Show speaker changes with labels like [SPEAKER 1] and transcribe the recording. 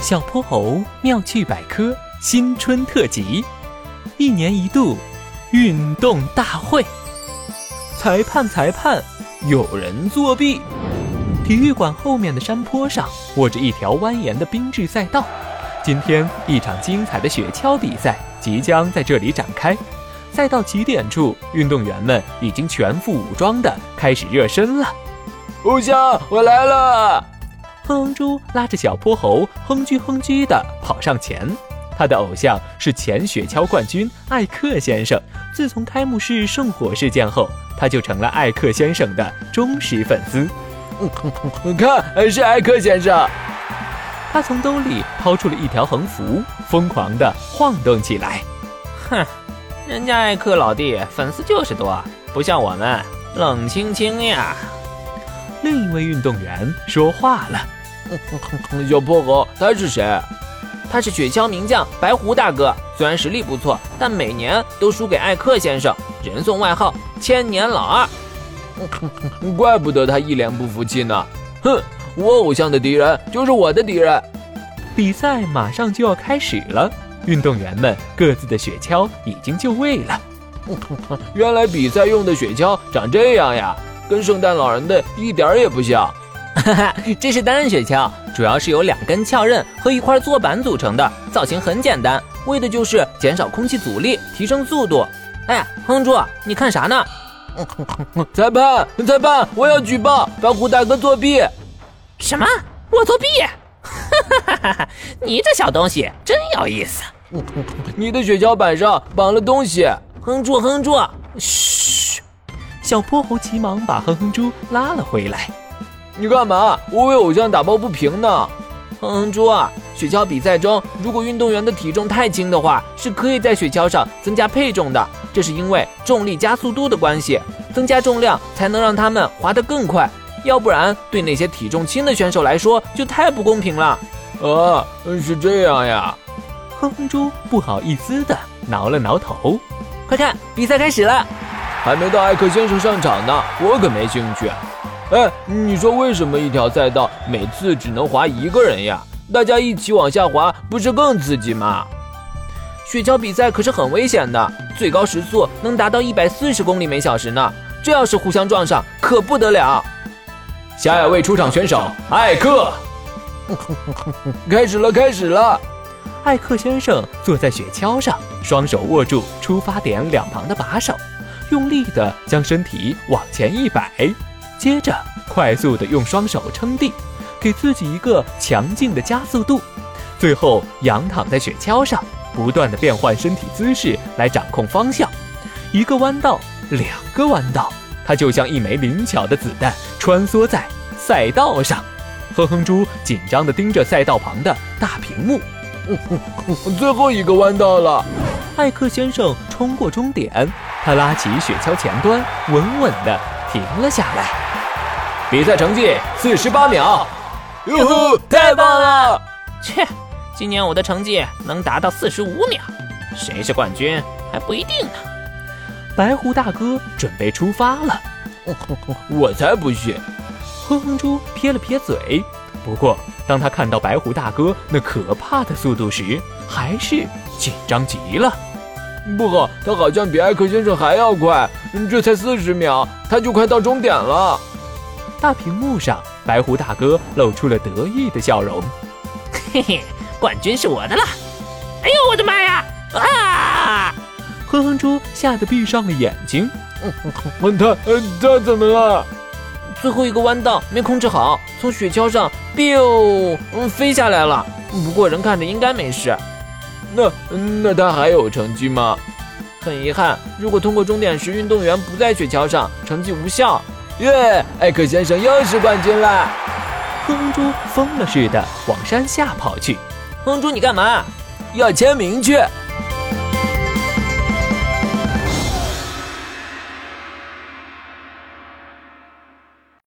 [SPEAKER 1] 小泼猴妙趣百科新春特辑，一年一度运动大会。裁判，裁判，有人作弊！体育馆后面的山坡上卧着一条蜿蜒的冰质赛道。今天，一场精彩的雪橇比赛即将在这里展开。赛道起点处，运动员们已经全副武装的开始热身了。
[SPEAKER 2] 吴香，我来了！
[SPEAKER 1] 喷龙珠拉着小泼猴，哼唧哼唧地跑上前。他的偶像是前雪橇冠军艾克先生。自从开幕式圣火事件后，他就成了艾克先生的忠实粉丝。
[SPEAKER 3] 嗯哎
[SPEAKER 2] 看，是艾克先生。
[SPEAKER 1] 他从兜里掏出了一条横幅，疯狂地晃动起来。
[SPEAKER 3] 哼，人家艾克老弟粉丝就是多，不像我们冷清清呀。
[SPEAKER 1] 另一位运动员说话了：“
[SPEAKER 2] 小泼猴，他是谁？
[SPEAKER 3] 他是雪橇名将白狐大哥，虽然实力不错，但每年都输给艾克先生，人送外号‘千年老二’。
[SPEAKER 2] 怪不得他一脸不服气呢。哼，我偶像的敌人就是我的敌人。”
[SPEAKER 1] 比赛马上就要开始了，运动员们各自的雪橇已经就位了。
[SPEAKER 2] 原来比赛用的雪橇长这样呀！跟圣诞老人的一点儿也不像，
[SPEAKER 3] 哈哈， 这是单雪橇，主要是由两根翘刃和一块坐板组啊成的，造型很简单，为的就是减少空气阻力，提升速度。哎，哼猪，你看啥 呢？
[SPEAKER 2] 裁判，裁判，我要举报白狐大哥作弊！
[SPEAKER 3] 什么？我作弊？哈哈哈！ 你这小东西真有意思。
[SPEAKER 2] 你的雪橇板上绑了东西。
[SPEAKER 3] 哼住，哼住，嘘。
[SPEAKER 1] 小泼猴急忙把哼哼猪拉了回来。
[SPEAKER 2] 你干嘛？我为偶像打抱不平呢。
[SPEAKER 3] 哼哼猪啊，雪橇比赛中，如果运动员的体重太轻的话，是可以在雪橇上增加配重的。这是因为重力加速度的关系，增加重量才能让他们滑得更快。要不然，对那些体重轻的选手来说就太不公平了。呃
[SPEAKER 2] 啊，是这样呀。
[SPEAKER 1] 哼哼猪不好意思的挠了挠头。
[SPEAKER 3] 快看，比赛开始了。
[SPEAKER 2] 还没到艾克先生上场呢，我可没兴趣。哎，你说为什么一条赛道每次只能滑一个人呀？大家一起往下滑，不是更刺激吗？
[SPEAKER 3] 雪橇比赛可是很危险的，最高时速能达到一百四十公里每小时呢。这要是互相撞上，可不得了。
[SPEAKER 4] 下一位出场选手艾克，
[SPEAKER 2] 开始了，开始了！
[SPEAKER 1] 艾克先生坐在雪橇上，双手握住出发点两旁的把手。用力地将身体往前一摆，接着快速地用双手撑地，给自己一个强劲的加速度，最后仰躺在雪橇上，不断地变换身体姿势来掌控方向。一个弯道，两个弯道，它就像一枚灵巧的子弹穿梭在赛道上。哼哼猪紧张地盯着赛道旁的大屏幕。
[SPEAKER 2] 最后一个弯道了，
[SPEAKER 1] 艾克先生冲过终点。他拉起雪橇前端，稳稳地停了下来。
[SPEAKER 4] 比赛成绩四十八秒，
[SPEAKER 2] 哟呼，太棒了！
[SPEAKER 3] 切，今年我的成绩能达到四十五秒，谁是冠军还不一定呢。
[SPEAKER 1] 白狐大哥准备出发了，
[SPEAKER 2] 我才不信！
[SPEAKER 1] 哼哼猪撇了撇嘴。不过，当他看到白狐大哥那可怕的速度时，还是紧张极了。
[SPEAKER 2] 不好，他好像比艾克先生还要快，这才四十秒，他就快到终点了。
[SPEAKER 1] 大屏幕上，白狐大哥露出了得意的笑容，
[SPEAKER 3] 嘿嘿，冠军是我的了！哎呦，我的妈呀！啊！
[SPEAKER 1] 哼哼猪吓得闭上了眼睛。
[SPEAKER 2] 问他，他怎么了？
[SPEAKER 3] 最后一个弯道没控制好，从雪橇上 biu 嗯飞下来了。不过人看着应该没事。
[SPEAKER 2] 那那他还有成绩吗？
[SPEAKER 3] 很遗憾，如果通过终点时运动员不在雪橇上，成绩无效。
[SPEAKER 2] 耶，艾克先生又是冠军啦！
[SPEAKER 1] 哼猪疯了似的往山下跑去。
[SPEAKER 3] 哼猪，你干嘛？
[SPEAKER 2] 要签名去。